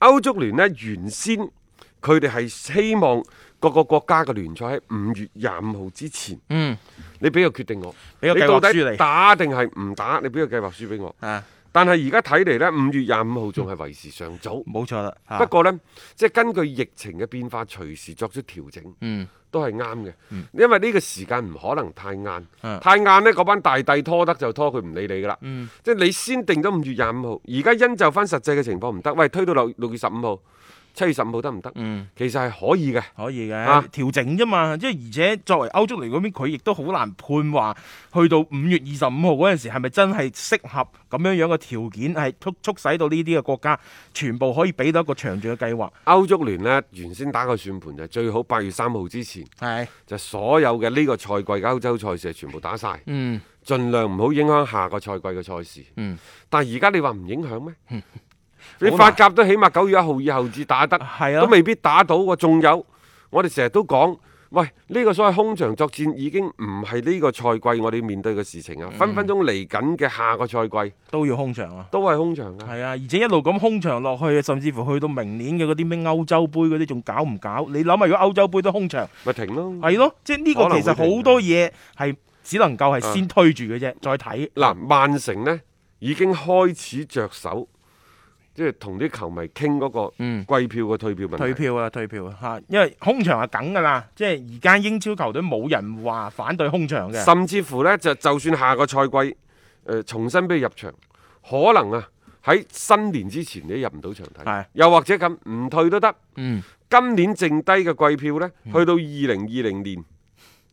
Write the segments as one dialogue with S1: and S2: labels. S1: 歐足聯呢，原先佢哋係希望各個國家嘅聯賽喺五月廿五號之前，
S2: 嗯，
S1: 你俾個決定我，
S2: 俾個
S1: 你
S2: 計劃
S1: 到
S2: 書
S1: 底
S2: 你
S1: 打定係唔打？你俾個計劃書俾我。
S2: 啊，
S1: 但係而家睇嚟呢，五月廿五號仲係為時尚早。
S2: 冇錯啦。啊
S1: 不過呢，即係根據疫情嘅變化，隨時作出調整，
S2: 嗯，
S1: 都係啱嘅。因為呢個時間唔可能太晏，
S2: 嗯
S1: 太晏呢，嗰班大帝拖得就拖，佢唔理你噶啦。
S2: 嗯
S1: 即係你先定咗五月廿五號，而家因就翻實際嘅情況唔得，喂，推到六六月十五號、七月十五號得唔得？
S2: 嗯，
S1: 其實係可以嘅。
S2: 可以
S1: 啊
S2: 嘅，調整啫嘛。即係而且作為歐足聯嗰邊，佢亦都好難判話去到五月二十五號嗰陣時，係咪真係適合咁樣樣嘅條件，係促促使到呢啲嘅國家全部可以俾到一個長遠嘅計劃。
S1: 歐足聯呢，原先打個算盤就係最好八月三號之前，
S2: 係，
S1: 就所有嘅呢個賽季嘅歐洲賽事係全部打晒，
S2: 嗯，
S1: 盡量唔好影響下個賽季嘅賽事。
S2: 嗯
S1: 但係而家你話唔影響咩？
S2: 難
S1: 你法甲都起碼九月一號以後至打得，
S2: 係啊
S1: 都未必打到喎。仲有，我哋成日都講，喂，呢個所謂空場作戰已經唔係呢個賽季我哋要面對嘅事情
S2: 嗯
S1: 啊，分分鐘嚟緊嘅下個賽季
S2: 都要空場啊。
S1: 都係空場㗎。
S2: 係啊，而且一路咁空場落去，甚至乎去到明年嘅嗰啲咩歐洲杯嗰啲，仲搞唔搞？你諗下，如果歐洲杯都空場，
S1: 咪停咯。
S2: 係咯，即係呢
S1: 可能
S2: 個
S1: 會嗯
S2: 其實好多嘢係只能夠係先推住嘅啫，再睇。
S1: 嗱，曼城呢已經開始着手，即係同啲球迷傾嗰
S2: 嗯
S1: 個季票嘅退票問題。
S2: 退票啊，退票啊，嚇！因為空場係梗㗎啦，即係而家英超球隊冇人話反對空場嘅。
S1: 甚至乎呢，就就算下個賽季誒、呃重新俾佢入場，可能啊喺新年之前你都入唔到場睇
S2: 係，
S1: 又或者咁唔退都得。
S2: 嗯，
S1: 今年剩低嘅季票呢，去到二零二零年、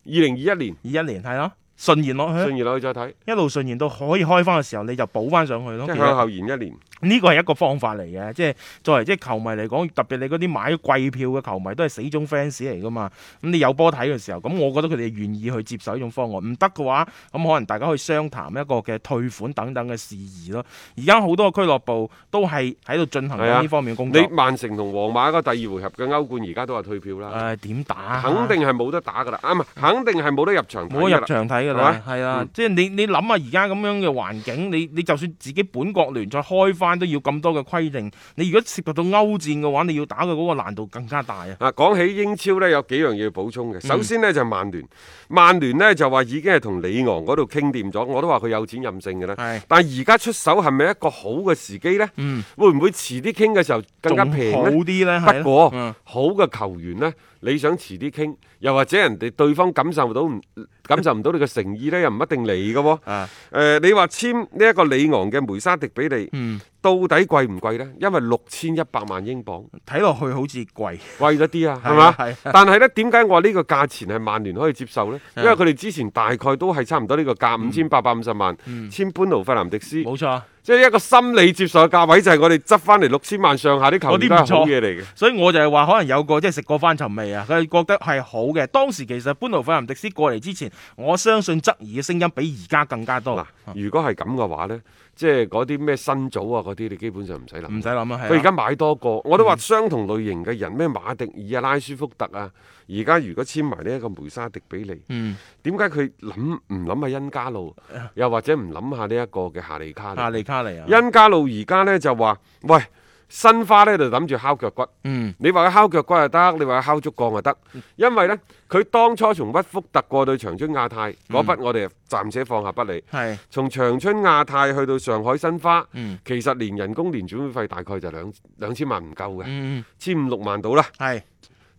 S1: 二零二一年，
S2: 二一年係咯，順延落去，
S1: 信而落去再睇，
S2: 一路順延到可以開翻嘅時候，你就補翻上去咯。
S1: 即係
S2: 其實
S1: 向後延一年。
S2: 呢個係一個方法嚟嘅，即係作為即係球迷嚟講，特別你嗰啲買咗貴票嘅球迷都係死忠 fans 嚟噶嘛。咁你有波睇嘅時候，咁我覺得佢哋願意去接受呢種方案。唔得嘅話，咁可能大家可以商談一個嘅退款等等嘅事宜咯。而家好多嘅俱樂部都係喺度進行
S1: 係啊
S2: 緊呢方面嘅工作。
S1: 你曼城同皇馬嗰個第二回合嘅歐冠而家都話退票啦，
S2: 誒點打啊？
S1: 肯定係冇得打㗎啦，啊唔係肯定係冇得入場睇
S2: 冇
S1: 㗎
S2: 得
S1: 啦
S2: 入。場睇㗎
S1: 係嗯咪
S2: 啦，係啊，即係你你諗下而家咁樣嘅環境，你你就算自己本國聯賽開翻都要咁多嘅規定，你如果涉及到歐戰嘅話，你要打嘅嗰個難度更加大啊！
S1: 啊，講起英超呢，有幾樣嘢要補充嘅。首先呢，就係曼
S2: 啊
S1: 聯，曼聯呢，就話已經係同里昂嗰度傾掂咗，我都話佢有錢任性嘅啦。
S2: 係
S1: 但係而家出手係咪一個好嘅時機呢？
S2: 嗯
S1: 會唔會遲啲傾嘅時候更加平
S2: 仲好
S1: 呢？
S2: 啲咧，係
S1: 不過、
S2: 嗯
S1: 好嘅球員呢，你想遲啲傾，又或者人哋對方感受到唔感受唔到你嘅誠意呢，又唔一定嚟嘅喎。
S2: 啊，
S1: 誒你話簽呢一個里昂嘅梅沙迪比 利，
S2: 嗯，
S1: 到底貴唔貴呢？因為六千一百萬英鎊。
S2: 睇落去好似貴，
S1: 貴咗啲啊，係
S2: 嗯係
S1: 嘛
S2: 啊係？啊
S1: 但係呢，點解我呢個價錢係曼聯可以接受呢？因為佢哋
S2: 嗯
S1: 之前大概都係差唔多呢個價，五千八百五十萬，千般奴費南迪斯，
S2: 嗯冇錯。
S1: 即係一個心理接受嘅價位，就係我哋執翻嚟六千萬上下啲球員都係
S2: 嗰啲唔錯
S1: 好嘢嚟嘅。
S2: 所以我就係話，可能有個即係食過翻尋味啊，佢覺得係好嘅。當時其實班奴費南迪斯過嚟之前，我相信質疑嘅聲音比而家更加多。
S1: 嗱，如果係咁嘅話呢，即係嗰啲咩新組啊嗰啲，你基本上唔使諗。
S2: 唔使諗啊，係啊嗯
S1: 佢而家買多個，我都話相同類型嘅人，咩馬迪爾啊、拉舒福特啊，而家如果簽埋呢一個梅沙迪比利，
S2: 嗯
S1: 點解佢諗唔諗下恩加 路，又或者唔諗下呢一個嘅夏利卡呢
S2: 阿利卡尼啊，
S1: 恩加路而家呢就話：喂，申花呢就諗住敲腳骨。
S2: 嗯
S1: 你話佢敲腳骨又得，你話佢敲足鋼又得，因為呢，佢當初從屈福特過到長春亞泰嗰筆，我哋暫且放下不理。
S2: 係
S1: 從長春亞泰去到上海申花，
S2: 嗯
S1: 其實連人工連轉會費大概就兩兩千萬唔夠嘅，
S2: 嗯
S1: 千五六萬到啦。
S2: 係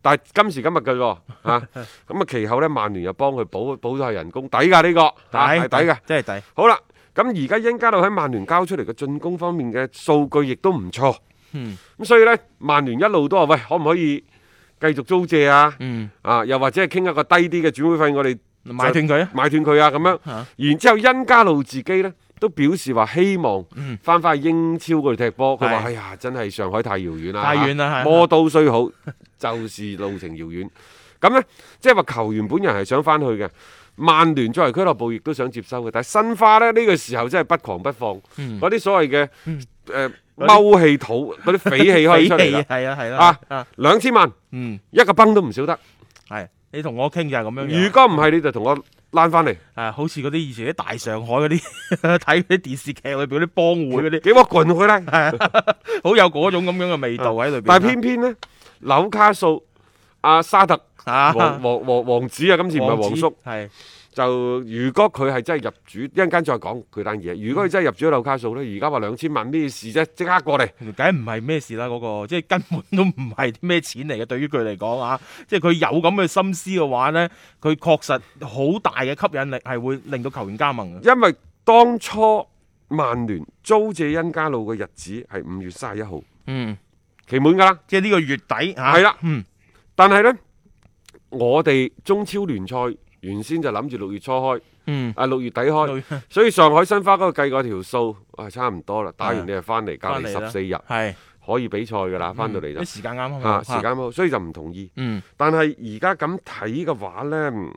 S1: 但係今時今日嘅喎嚇，咁啊其後呢，曼聯又幫佢補補咗下人工，抵㗎呢個，啊係
S2: 抵
S1: 抵嘅。
S2: 真係抵。
S1: 好啦，咁而家恩加路喺曼聯交出嚟嘅進攻方面嘅數據亦都唔錯，
S2: 嗯
S1: 咁所以呢，曼聯一路都話喂，可唔可以繼續租借啊？
S2: 嗯，
S1: 啊，又或者係傾一個低啲嘅轉會費，我哋
S2: 買斷佢啊！
S1: 買斷佢啊咁樣。
S2: 嚇
S1: 然之後恩加路自己呢，都表示話希望
S2: 嗯
S1: 翻返去英超嗰度踢波。佢話：
S2: 係
S1: 哎呀，真係上海太遙遠啦，
S2: 太遠啦係
S1: 魔都雖好， 就是路程遙遠。咁呢，即係話球員本人係想翻去嘅。曼聯作為俱樂部亦都想接收嘅，但係申花呢，呢、個時候真係不狂不放，
S2: 嗯
S1: 嗰啲所謂嘅
S2: 嗯
S1: 誒
S2: 嗰啲
S1: 踎氣土嗰啲匪氣可以出 嚟啦，
S2: 係啊係啦
S1: 啊
S2: 啊
S1: 兩千萬
S2: 嗯
S1: 一個崩都唔少得。
S2: 係，你同我傾就係咁樣樣。
S1: 如果唔係，你就同我躝翻嚟，
S2: 啊，好似嗰啲以前啲大上海嗰啲 睇嗰啲電視劇裏邊嗰啲幫會嗰啲，
S1: 幾窩棍佢啦。
S2: 好有嗰種咁樣嘅味道喺裏邊。
S1: 啊
S2: 啊
S1: 但係偏偏呢，紐卡素、阿沙特、
S2: 啊，
S1: 王王王王子啊，今次唔係
S2: 王
S1: 王
S2: 子
S1: 叔，
S2: 係
S1: 就如果佢係真係入主，一陣間再講佢單嘢。如果佢真係入主咗紐卡素呢，而家話兩千萬咩事啫？即刻過嚟。
S2: 梗係唔係咩事啦，嗰、個即係根本都唔係啲咩錢嚟嘅。對於佢嚟講啊，即係佢有咁嘅心思嘅話呢，佢確實好大嘅吸引力係會令到球員加盟嘅。啊
S1: 因為當初曼聯租借恩加路嘅日子係五月三十一號，
S2: 嗯，
S1: 期滿㗎啦。
S2: 即係呢個月底嚇，
S1: 係啦
S2: 嗯，
S1: 但係呢，我哋中超聯賽原先就諗住六月初開，
S2: 嗯
S1: 啊六月底開。
S2: 嗯，
S1: 所以上海申花嗰個計過條數，啊差唔多啦，打
S2: 係啊
S1: 完你就翻嚟，隔
S2: 返
S1: 離
S2: 嚟啦
S1: 十四日
S2: 係
S1: 可以比賽㗎啦，翻到嚟
S2: 啲
S1: 就
S2: 嗯時間啱啊嘛
S1: 啊時，間好，所以就唔同意。
S2: 嗯
S1: 但係而家咁睇嘅話呢，嗯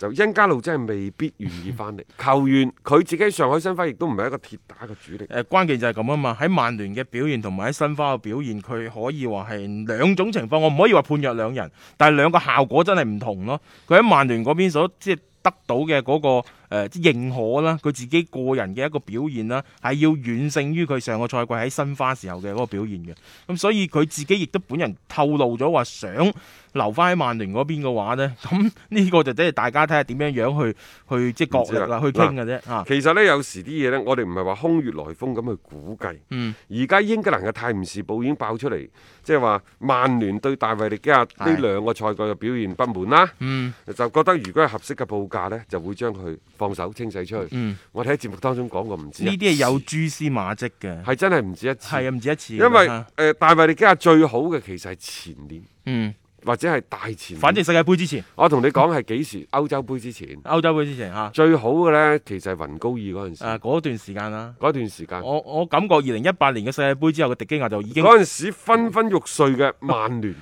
S1: 就恩加路真係未必願意翻 嚟。球員佢自己上海申花亦都唔係一個鐵打嘅 主力，
S2: 誒關鍵就係咁啊嘛，喺曼聯嘅表現同埋喺申花嘅表現，佢可以話係兩種情況，我唔可以話判若兩人，但係兩個效果真係唔同咯。佢喺曼聯嗰邊所即係得到嘅嗰、個呃即係認可啦，佢自己個人嘅一個表現啦，係要遠勝於佢上個賽季喺申花時候嘅嗰個表現嘅。咁所以佢自己亦都本人透露咗話想留翻喺曼聯嗰邊嘅話呢，咁呢個就即係大家睇下點樣樣去去即係角力啊啦，去
S1: 唔知啦
S2: 傾嘅啫嚇。
S1: 其實呢，有時啲嘢呢，我哋唔係話空穴來風咁去估計。
S2: 嗯，
S1: 而家英格蘭嘅《泰晤士報》已經爆出嚟，即係話曼聯對大衛力基亞呢
S2: 係
S1: 兩個賽季嘅表現不滿啦。
S2: 嗯
S1: 就覺得如果係合適嘅報價呢，就會將佢放手清洗出去。
S2: 嗯。
S1: 我哋喺節目當中講過唔止一
S2: 呢啲係有
S1: 次
S2: 蛛絲馬跡嘅，
S1: 係真係唔止一次，
S2: 係啊，唔止一次㗎
S1: 因
S2: 啦。
S1: 為誒
S2: 嚇、
S1: 大衛利基亞最好嘅其實係前年
S2: 嗯，
S1: 或者係大前年。
S2: 反正世界盃之前、
S1: 我同你講係幾時？歐洲杯之前
S2: 歐洲盃之前嚇，
S1: 最好嘅呢，其實係雲高爾嗰陣時
S2: 誒
S1: 嗰、
S2: 嗰段時間啦，
S1: 段時間。
S2: 啊我我感覺二零一八年嘅世界盃之後嘅迪基亞就已經
S1: 嗰陣時昏昏欲睡嘅曼 聯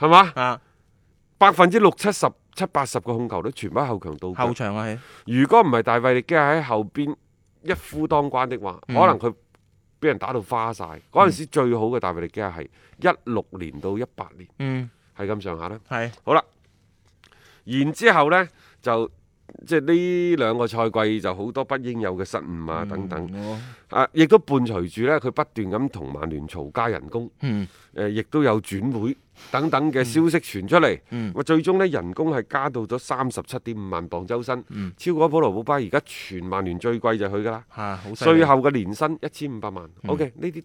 S1: 係嘛？
S2: 啊
S1: 百分之六七十、七八十嘅控球率全部喺後強到腳
S2: 後場啊係，
S1: 如果唔係大衛力基喺後邊一夫當關的話，
S2: 嗯
S1: 可能佢俾人打到花晒。嗰陣時最好嘅大衛力基係一六年到一八年，
S2: 嗯
S1: 係咁上下啦。
S2: 係
S1: 好啦，然之後呢，就即係呢兩個賽季就好多不應有嘅失誤
S2: 嗯
S1: 啊等等。
S2: 等，
S1: 啊，亦都伴隨住呢，佢不斷咁同曼聯嘈加人工，誒、呃
S2: 嗯
S1: 亦都有轉會等等嘅消息傳出嚟。
S2: 嗯
S1: 我最終呢，人工係加到咗三十七點五萬磅周薪，
S2: 嗯
S1: 超過普羅普巴。而家全曼聯最貴就係佢㗎啦，
S2: 嚇好犀利
S1: 最後嘅年薪一千五百萬。OK，呢啲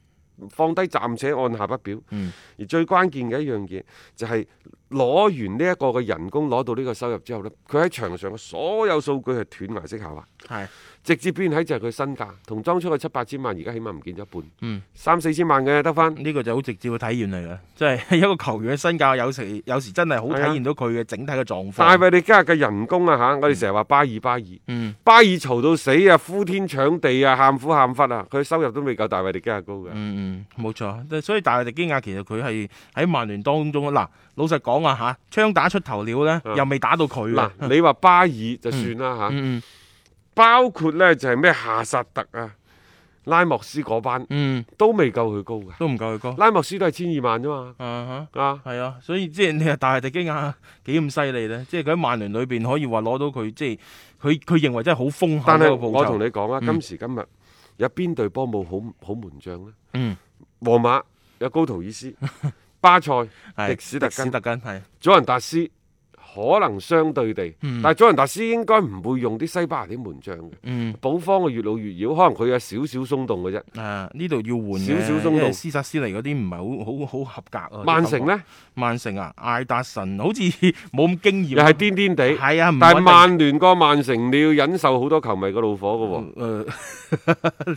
S1: 放低暫且按下不表。
S2: 嗯
S1: 而最關鍵嘅一樣嘢就係攞完呢一個嘅人工，攞到呢個收入之後呢，佢喺場上嘅所有數據係斷崖式下滑，
S2: 係
S1: 直接變喺就係佢身價，同當初嘅七八千萬而家起碼唔見咗一半，
S2: 嗯。
S1: 三四千萬嘅得翻。
S2: 呢個就好直接嘅體現嚟啦，即係一個球員嘅身價有時有時真係好
S1: 係啊
S2: 體現到佢嘅整體嘅狀
S1: 大
S2: 況。
S1: 衛利加嘅人工啊嚇，我哋成日話巴爾巴爾。
S2: 嗯，
S1: 巴爾嘈到死啊，呼天搶地啊，喊苦喊忽啊，佢收入都未夠大衛迪基亞高嘅。
S2: 嗯嗯，冇錯。所以大衛迪基亞其實佢係喺曼聯當中嗱，老實講啊嚇，槍打出頭鳥咧，
S1: 嗯
S2: 又未打到佢
S1: 嗱
S2: 啊、
S1: 你話巴爾就算啦嚇，
S2: 嗯
S1: 包括呢就係咩夏薩特啊、拉莫斯嗰班
S2: 嗯，
S1: 都未夠佢高嘅。
S2: 都唔夠佢高。
S1: 拉莫斯都係千二萬啫嘛，
S2: 啊
S1: 啊，
S2: 哈，係啊，所以即係你 話大衛迪基亞幾咁犀利咧？即係佢喺曼聯裏邊可以話攞到佢，即係佢佢認為真係好豐厚
S1: 但
S2: 嘅
S1: 係
S2: 報酬。
S1: 我同你講啊，
S2: 嗯
S1: 今時今日有邊隊波冇好好門將呢？
S2: 嗯
S1: 皇馬有高圖爾 斯，巴塞、迪
S2: 係
S1: 史特根
S2: 史特根係
S1: 祖仁達斯。可能相對地，
S2: 嗯
S1: 但係祖仁達斯應該唔會用啲西班牙啲門將嘅，
S2: 嗯
S1: 保方嘅越老越妖，可能佢有少少鬆動嘅啫。
S2: 啊呢度要換嘅
S1: 少少鬆動
S2: 因為斯薩斯尼嗰啲唔係好好好合格啊。
S1: 曼城
S2: 呢？
S1: 呢，
S2: 曼城啊，艾達臣好似冇咁經驗
S1: 又
S2: 啊，
S1: 係癲癲地，
S2: 係啊，唔
S1: 但係
S2: 穩定
S1: 曼聯過曼城，你要忍受好多球迷嘅怒火嘅喎。
S2: 誒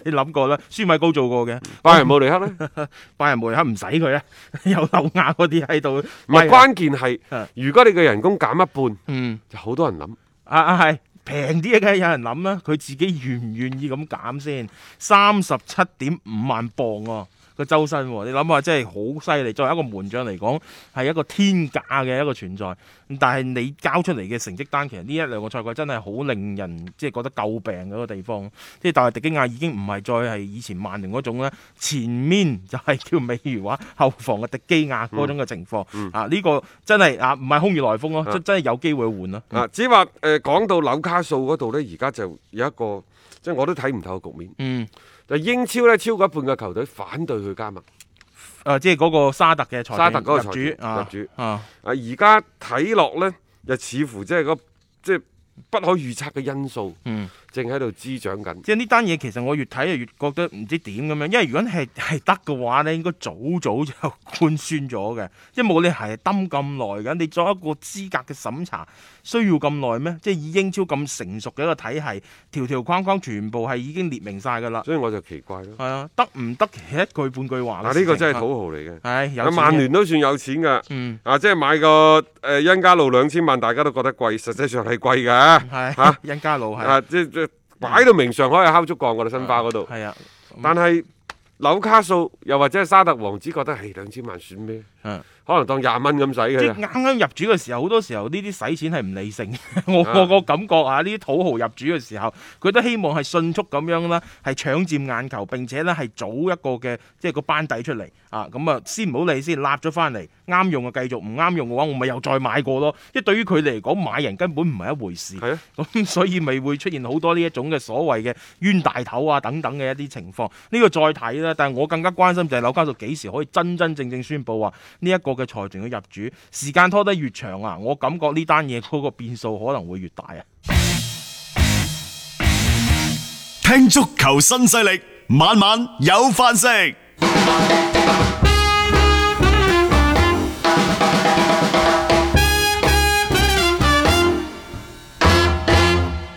S2: 你諗過啦，舒米高做過嘅，
S1: 拜仁慕尼黑 呢，
S2: 拜仁慕尼黑唔使佢 咧，有紐亞嗰啲喺度，
S1: 唔係關鍵係
S2: 啊，
S1: 如果你嘅人工減一半，
S2: 嗯。
S1: 就好多人諗
S2: 啊啊係，平啲嘅梗係有人諗啦，佢自己願唔願意咁減先？三十七點五萬磅喎、個周薪喎、你諗下真係好犀利。作為一個門將嚟講，係一個天價嘅一個存在。咁但係你交出嚟嘅成績單，其實呢一兩個賽季真係好令人即係覺得詬病嘅一個地方。即係但係迪基亞已經唔係再係以前曼聯嗰種咧，前面就係叫美如話後防嘅迪基亞嗰種嘅情況。
S1: 嗯嗯
S2: 啊，呢、個真係啊，唔係空穴來風咯，
S1: 啊
S2: 真真係有機會換咯。
S1: 啊，只話誒講到紐卡素嗰度呢，而家就有一個即係我都睇唔透嘅局面。
S2: 嗯，
S1: 就英超呢，超過一半嘅球隊反對佢加盟。
S2: 誒、呃即係嗰個沙特嘅財
S1: 沙特嗰個
S2: 入
S1: 財
S2: 主啊，
S1: 入主
S2: 啊，
S1: 啊，而家睇落呢，就似乎即係個即係不可預測嘅因素
S2: 嗯，
S1: 正喺度滋長緊。
S2: 即係呢單嘢其實我越睇就越覺得唔知點咁樣，因為如果係 係得嘅話咧，應該早早就官宣咗嘅，即係冇理由係抌咁耐嘅。你作一個資格嘅審查，需要咁耐咩？即係以英超咁成熟嘅一個體系，條條框框全部係已經列明晒㗎啦。
S1: 所以我就奇怪咯。
S2: 係啊，得唔得？其實一句半句話嘅
S1: 嗱，
S2: 事
S1: 呢個
S2: 情
S1: 真係土豪嚟嘅。
S2: 唉，有
S1: 啊，
S2: 錢
S1: 曼
S2: 嘅
S1: 聯都算有錢㗎。
S2: 嗯
S1: 啊，即係買個誒、呃恩加路兩千萬，大家都覺得貴，實際上係貴㗎。
S2: 係
S1: 嚇
S2: 殷家路係
S1: 啊，即即擺到明上海係敲竹槓㗎啦，申花嗰度。
S2: 係啊，
S1: 但係紐卡素又或者係沙特王子覺得，唉，兩千萬算咩？
S2: 嗯
S1: 可能當廿蚊咁使
S2: 即係
S1: 嘅。
S2: 啱啱入主嘅時候，好多時候呢啲使錢係唔理性。 我
S1: 啊
S2: 我個感覺啊，呢啲土豪入主嘅時候，佢都希望係迅速咁樣啦，係搶佔眼球，並且呢係組一個嘅即係個班底出嚟啊。咁啊，先唔好理先，立咗翻嚟啱用就繼續，唔啱用嘅話，我咪又再買過咯。即係對於佢嚟講，買人根本唔係一回事。
S1: 係啊，
S2: 咁所以咪會出現好多呢一種嘅所謂嘅冤大頭啊等等嘅一啲情況。呢、個再睇啦，但係我更加關心就係紐卡素幾時可以真真正正宣布話呢一個嘅財團嘅入主，時間拖得越長啊，我感覺呢單嘢嗰個變數可能會越大啊。
S3: 聽足球新勢力，晚晚有飯食。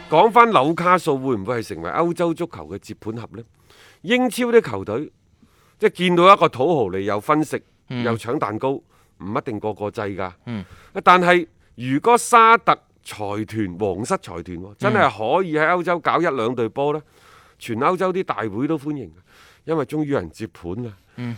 S1: 講翻紐卡素會唔會係成為歐洲足球嘅接盤俠呢？英超啲球隊即係見到一個土豪嚟又分食、又搶蛋糕，唔一定個個制㗎。
S2: 嗯
S1: 但係如果沙特財團、皇室財團喎真係可以喺歐洲搞一兩隊波呢，全歐洲啲大會都歡迎嘅，因為終於有人接盤啦。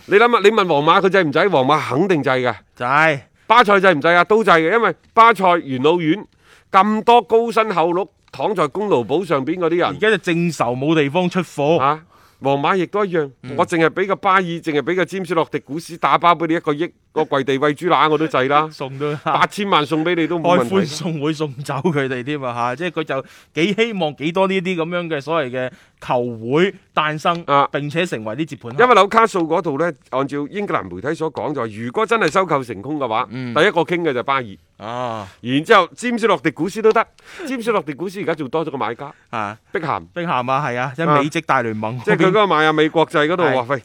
S1: 你諗下，你問皇馬佢制唔制？皇馬肯定制嘅。
S2: 就係
S1: 巴塞制唔制啊？都制嘅，因為巴塞元老院咁多高薪厚祿躺在功勞簿上邊嗰啲
S2: 而
S1: 人
S2: 家就正愁冇地方出貨，，
S1: 啊，皇馬亦都一樣。我淨係俾個巴爾，淨係俾個詹士洛迪古斯打包俾你一個億，個跪地喂豬乸我都制啦
S2: 送到
S1: 八千萬送俾你都冇
S2: 開
S1: 問
S2: 歡
S1: 題。
S2: 送會送走佢哋添啊嚇！即係佢就幾希望幾多呢啲咁樣嘅所謂嘅球會誕生，
S1: 啊
S2: 並且成為啲接盤
S1: 因
S2: 俠。
S1: 為紐卡素嗰度呢，按照英格蘭媒體所講就係，如果真係收購成功嘅話，
S2: 嗯
S1: 第一個傾嘅就係巴爾，
S2: 啊
S1: 然之後詹士洛迪古斯都得，詹士洛迪古斯而家做多咗個買家，
S2: 啊！
S1: 碧咸。
S2: 碧咸啊，係啊，即
S1: 啊
S2: 係美職大聯盟
S1: 即
S2: 嗰邊，
S1: 係佢嗰個買啊美國際嗰度
S2: 係
S1: 話喂，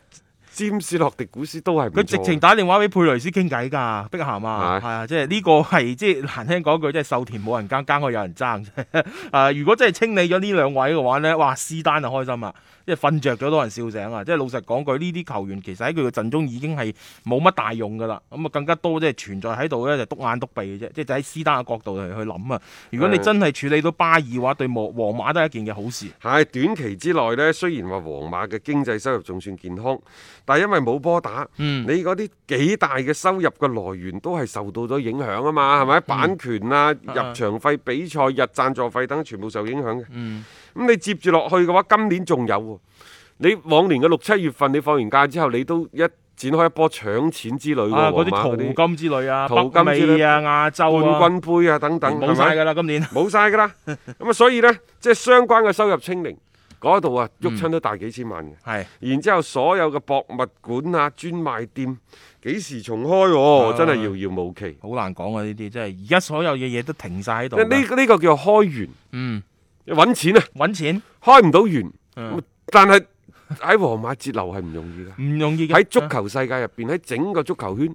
S1: 詹士洛迪古斯都係唔
S2: 佢
S1: 錯
S2: 直情打電話俾佩雷斯傾偈㗎，碧咸
S1: 係
S2: 啊，係啊，即係呢個係即係難聽講句，即係秀田冇人耕，耕開有人爭。 啊，如果真係清理咗呢兩位嘅話呢，哇，斯丹就開心啦，即係瞓着咗多人笑醒啊！即係老實講句，呢啲球員其實喺佢嘅陣中已經係冇乜大用㗎啦，咁啊更加多即係存在喺度呢，就篤眼篤鼻嘅啫，即係就喺斯丹嘅角度嚟去諗啊。如果你
S1: 係
S2: 真係處理到巴爾嘅話，對皇皇馬都係一件嘅好事。
S1: 係短期之內呢，雖然話皇馬嘅經濟收入仲算健康，但係因為冇波打，
S2: 嗯
S1: 你嗰啲幾大嘅收入嘅來源都係受到咗影響啊
S2: 嗯
S1: 嘛，係咪？版權啊、入場費、比賽日贊助費等全部受影響嘅。
S2: 嗯，
S1: 咁你接住落去嘅話，今年仲有喎。你往年嘅六七月份，你放完假之後，你都一展開一波搶錢之類喎，
S2: 啊，嗰
S1: 皇
S2: 啲
S1: 馬
S2: 淘
S1: 嗰啲
S2: 金之類啊，
S1: 淘金之
S2: 北美啊、亞洲啊。
S1: 冠軍杯啊等等，
S2: 冇
S1: 係咪
S2: 晒㗎啦，今年
S1: 冇晒㗎 啦。咁啊，所以呢，即係相關嘅收入清零嗰度啊，喐親都大幾千萬嘅。
S2: 係
S1: 然之後，所有嘅博物館啊、專賣店幾時重開喎、
S2: 啊
S1: 真係遙遙無期。
S2: 好難講啊！呢啲真係而家所有嘅嘢都停晒喺度
S1: 呢
S2: 㗎。
S1: 呢、呢個叫開源
S2: 嗯
S1: 揾錢啊，
S2: 揾錢
S1: 開唔到源，
S2: 嗯
S1: 但係喺皇馬節流係唔容易嘅。
S2: 唔容易嘅。
S1: 喺足
S2: 啊
S1: 球世界入邊，喺整個足球圈，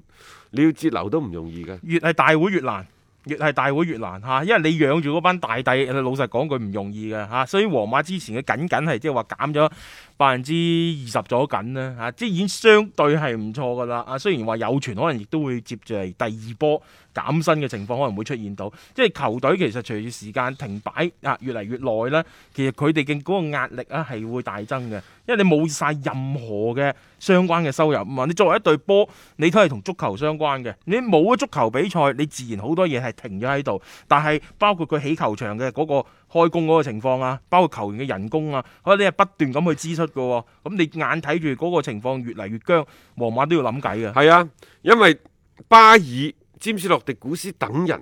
S1: 你要節流都唔容易嘅。
S2: 越係大會越難，越係大會越難嚇，因為你養住嗰班大帝，老實講佢唔容易嘅嚇，所以皇馬之前嘅僅僅係即係話減咗百分之二十咗緊啦嚇，即係已經相對係唔錯噶啦啊！雖然話有傳可能亦都會接住嚟第二波減薪嘅情況可能會出現到，即係球隊其實隨住時間停擺啊越嚟越耐啦，其實佢哋嘅嗰個壓力啊係會大增嘅，因為你冇晒任何嘅相關嘅收入嘛，你作為一隊波。你都係同足球相關嘅。你冇咗足球比賽，你自然好多嘢係停咗喺度。但係包括佢起球場嘅嗰個開工嗰個情況啊，包括球員嘅人工啊，可能你係不斷咁去支出嘅喎、咁你眼睇住嗰個情況越嚟越僵，皇馬都要諗計嘅。
S1: 係啊，因為巴爾、詹士、洛迪古斯等人，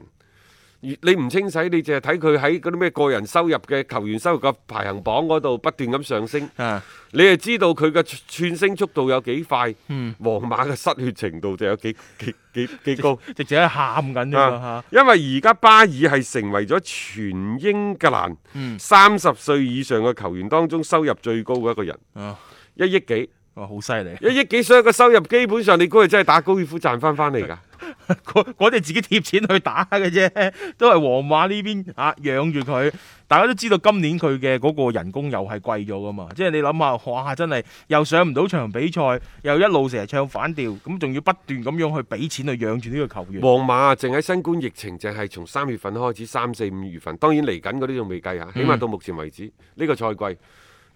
S1: 越你唔清洗，你淨係睇佢喺嗰啲咩個人收入嘅球員收入嘅排行榜嗰度不斷咁上升，
S2: 啊，
S1: 你係知道佢嘅串升速度有幾快，
S2: 嗯
S1: 皇馬嘅失血程度就有幾幾幾幾高。
S2: 直直喺喊緊啫
S1: 啊
S2: 嚇。
S1: 因為而家巴爾係成為咗全英格蘭
S2: 嗯
S1: 三十歲以上嘅球員當中收入最高嘅一個人，
S2: 啊，
S1: 一億幾，
S2: 哇，好犀利！
S1: 一億幾所有嘅收入基本上你估係真係打高爾夫賺翻翻嚟㗎？
S2: 嗰嗰啲係自己貼錢去打嘅啫， 都係皇馬呢邊啊養住佢。大家都知道今年佢嘅嗰個人工又係貴咗噶嘛，即係你諗下，哇！真係又上唔到場比賽，又一路成日唱反調，咁仲要不斷咁樣去俾錢去養住呢個球員。
S1: 皇馬啊，淨喺新冠疫情，淨係從三月份開始，三四五月份，當然嚟緊嗰啲仲未計啊，
S2: 嗯
S1: 起碼到目前為止呢、個賽季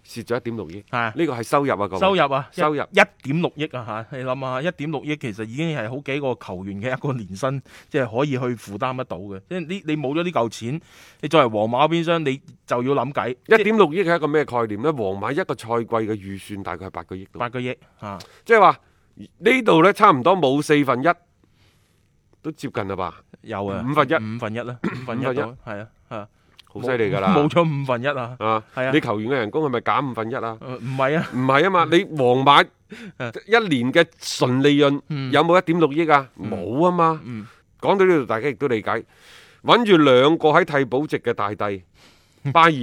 S1: 蝕咗一點六億，
S2: 係啊
S1: 呢個係收入啊，各位
S2: 收入啊，
S1: 收入
S2: 一點六億啊嚇！你諗下，一點六億其實已經係好幾個球員嘅一個年薪，即係可以去負擔得到嘅。即係呢，你冇咗呢嚿錢，你作為皇馬嗰邊商，你就要諗計
S1: 一點六億係一個咩概念呢？皇馬一個賽季嘅預算大概係八個億度，
S2: 八個億啊！
S1: 即係話呢度呢，差唔多冇四分一，都接近啦吧，
S2: 有啊，
S1: 五分一
S2: 五分一啦，五分一
S1: 五分一
S2: 到，係啊，係啊，
S1: 好犀利㗎啦，
S2: 冇咗五分一啊，
S1: 啊！
S2: 係啊
S1: 你球員嘅人工係咪減五分一啊？
S2: 呃唔係啊，
S1: 唔係啊嘛，你皇馬一年嘅純利潤
S2: 嗯
S1: 有冇一點六億啊？冇啊嘛。
S2: 嗯
S1: 講到呢度，大家亦都理解，揾住兩個喺替補席嘅大帝
S2: 嗯
S1: 巴爾，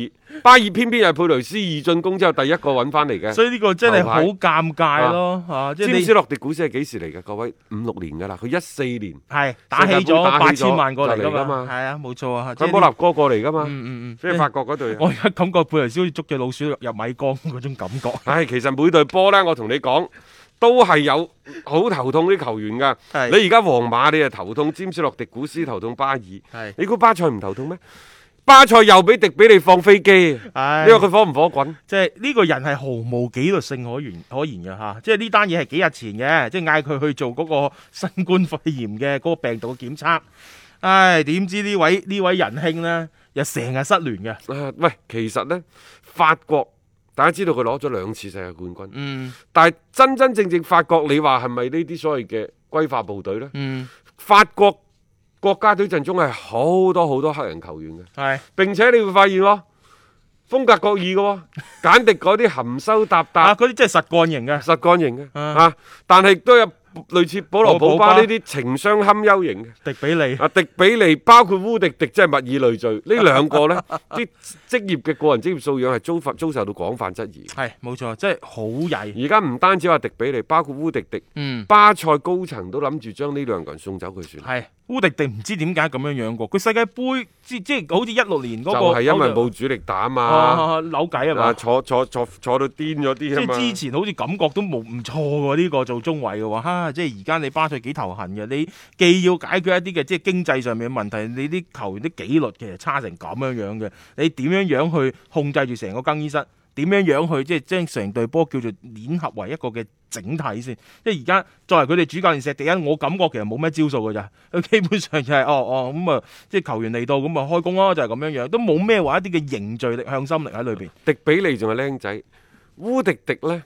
S1: 巴爾偏偏係佩雷斯二進攻之後第一個揾翻嚟嘅。
S2: 所以呢個真係好尷尬咯，啊，即
S1: 詹姆
S2: 係
S1: 斯
S2: 你
S1: 洛迪古斯係幾時嚟嘅？各位五六年㗎啦，佢一四年
S2: 係打起
S1: 世界盃
S2: 咗
S1: 打
S2: 八
S1: 起咗
S2: 千萬過嚟
S1: 就嚟
S2: 㗎
S1: 㗎
S2: 嘛，
S1: 嘛
S2: 係啊，冇錯啊，即係
S1: 佢摩
S2: 呢
S1: 納哥過嚟㗎嘛，
S2: 嗯嗯
S1: 即係
S2: 嗯
S1: 法。國嗰隊啊。
S2: 我而家感覺貝雷斯好似捉隻老鼠入入米缸嗰種感覺，
S1: 唉，其實每隊波呢，我同你講，都係有好頭痛啲球員㗎。
S2: 係
S1: 你而家皇馬你就頭痛，詹士洛迪古斯頭痛，巴爾。
S2: 係，
S1: 你估巴塞唔頭痛咩？巴塞又俾迪比利放飛機，啊
S2: 唉
S1: 你話佢火唔火滾？
S2: 即係呢個人係毫無紀律性可言可言嘅嚇，即係呢單嘢係幾日前嘅，即係嗌佢去做嗰個新冠肺炎嘅嗰個病毒嘅檢測，唉，點知呢位呢位仁兄呢，又成日失聯嘅，
S1: 啊，喂，其實呢，法國大家知道佢攞咗兩次世界冠軍，
S2: 嗯
S1: 但係真真正正法國，你話係咪呢啲所謂嘅歸化部隊呢？
S2: 嗯，
S1: 法國國家隊陣中係好多好多黑人球員嘅，
S2: 係
S1: 並且你會發現喎，風格各異嘅喎，簡迪嗰啲含羞答
S2: 啊，
S1: 答、
S2: 嗰啲真係實幹型嘅，
S1: 實幹型嘅
S2: 啊
S1: 啊，但係都有類似保羅
S2: 保羅
S1: 普
S2: 普巴
S1: 巴呢啲情商堪憂型嘅。
S2: 迪比利
S1: 啊，迪比利包括烏迪迪，真係物以類聚。呢兩個 呢啲職業嘅個人職業素養係遭法遭受到廣泛質疑。
S2: 係冇錯，真係好曳，
S1: 而家唔單止話迪比利，包括烏迪迪，
S2: 嗯。
S1: 巴塞高層都諗住將呢兩個人送走佢算啦。
S2: 係烏迪迪唔知點解咁樣樣過，佢世界盃即即係好似一六年
S1: 就
S2: 嗰、個
S1: 係因為
S2: 嗰個
S1: 冇主力打嘛，
S2: 啊扭計啊嘛
S1: 啊，坐坐坐坐到癲咗
S2: 即
S1: 啲啊嘛。
S2: 係之前好似感覺都冇唔錯喎，呢、個做中衞嘅話，哈、即係而家你巴塞幾頭痕嘅，你既要解決一啲嘅即係經濟上面嘅問題，你啲球員啲紀律其實差成咁樣樣嘅，你點樣樣去控制住成個更衣室？點樣樣去即係將成隊波叫做碾合為一個嘅整體先？即係而家作為佢哋主教練石迪恩，我感覺其實冇咩招數㗎咋，佢基本上就係、哦哦咁啊，即係球員嚟到咁啊開工咯，就係、咁樣樣，都冇咩話一啲嘅凝聚力、向心力喺裏邊。
S1: 迪比利仲係僆仔，烏迪迪呢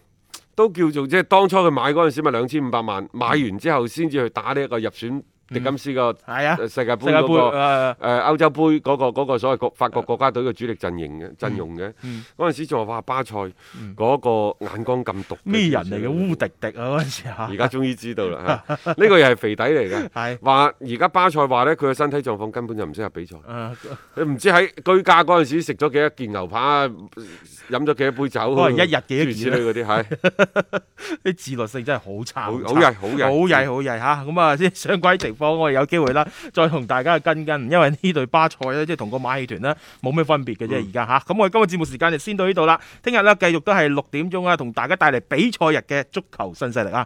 S1: 都叫做即係當初佢買嗰陣時咪兩千五百萬，買完之後先至去打呢一個入選迪金斯個
S2: 係啊，
S1: 呃世界
S2: 世
S1: 盃
S2: 界
S1: 嗰
S2: 盃
S1: 個。
S2: 誒
S1: 誒、呃歐洲杯嗰、個嗰個所謂國法國國家隊嘅主力陣營嘅陣容嘅
S2: 嗯，
S1: 嗰陣時仲話哇巴塞
S2: 嗯
S1: 嗰個眼光咁毒嘅
S2: 咩人嚟嘅烏
S1: 主
S2: 迪 迪啊嗰陣時嚇
S1: 而，家終於知道啦，嚇呢個又係肥底嚟嘅。
S2: 係
S1: 話而家巴塞話呢，佢嘅身體狀況根本就唔適合比賽。
S2: 誒
S1: 佢唔知喺居家嗰陣時食咗幾多件牛扒，飲咗幾多杯酒，
S2: 可能一日
S1: 諸
S2: 幾多
S1: 如此
S2: 件啊
S1: 類嗰啲係
S2: 啲自律性真係好差，
S1: 好
S2: 好
S1: 好
S2: 差
S1: 曳好
S2: 好
S1: 曳
S2: 曳好曳嚇，咁啊即係相關情 方，我哋有機會啦，再同大家去跟跟，因為呢隊巴塞咧，即係同個馬戲團咧冇咩分別嘅啫，
S1: 嗯
S2: 而家吓。咁我哋今日節目時間就先到呢度啦，聽日咧繼續都係六點鐘啊，同大家帶嚟比賽日嘅足球新勢力啊！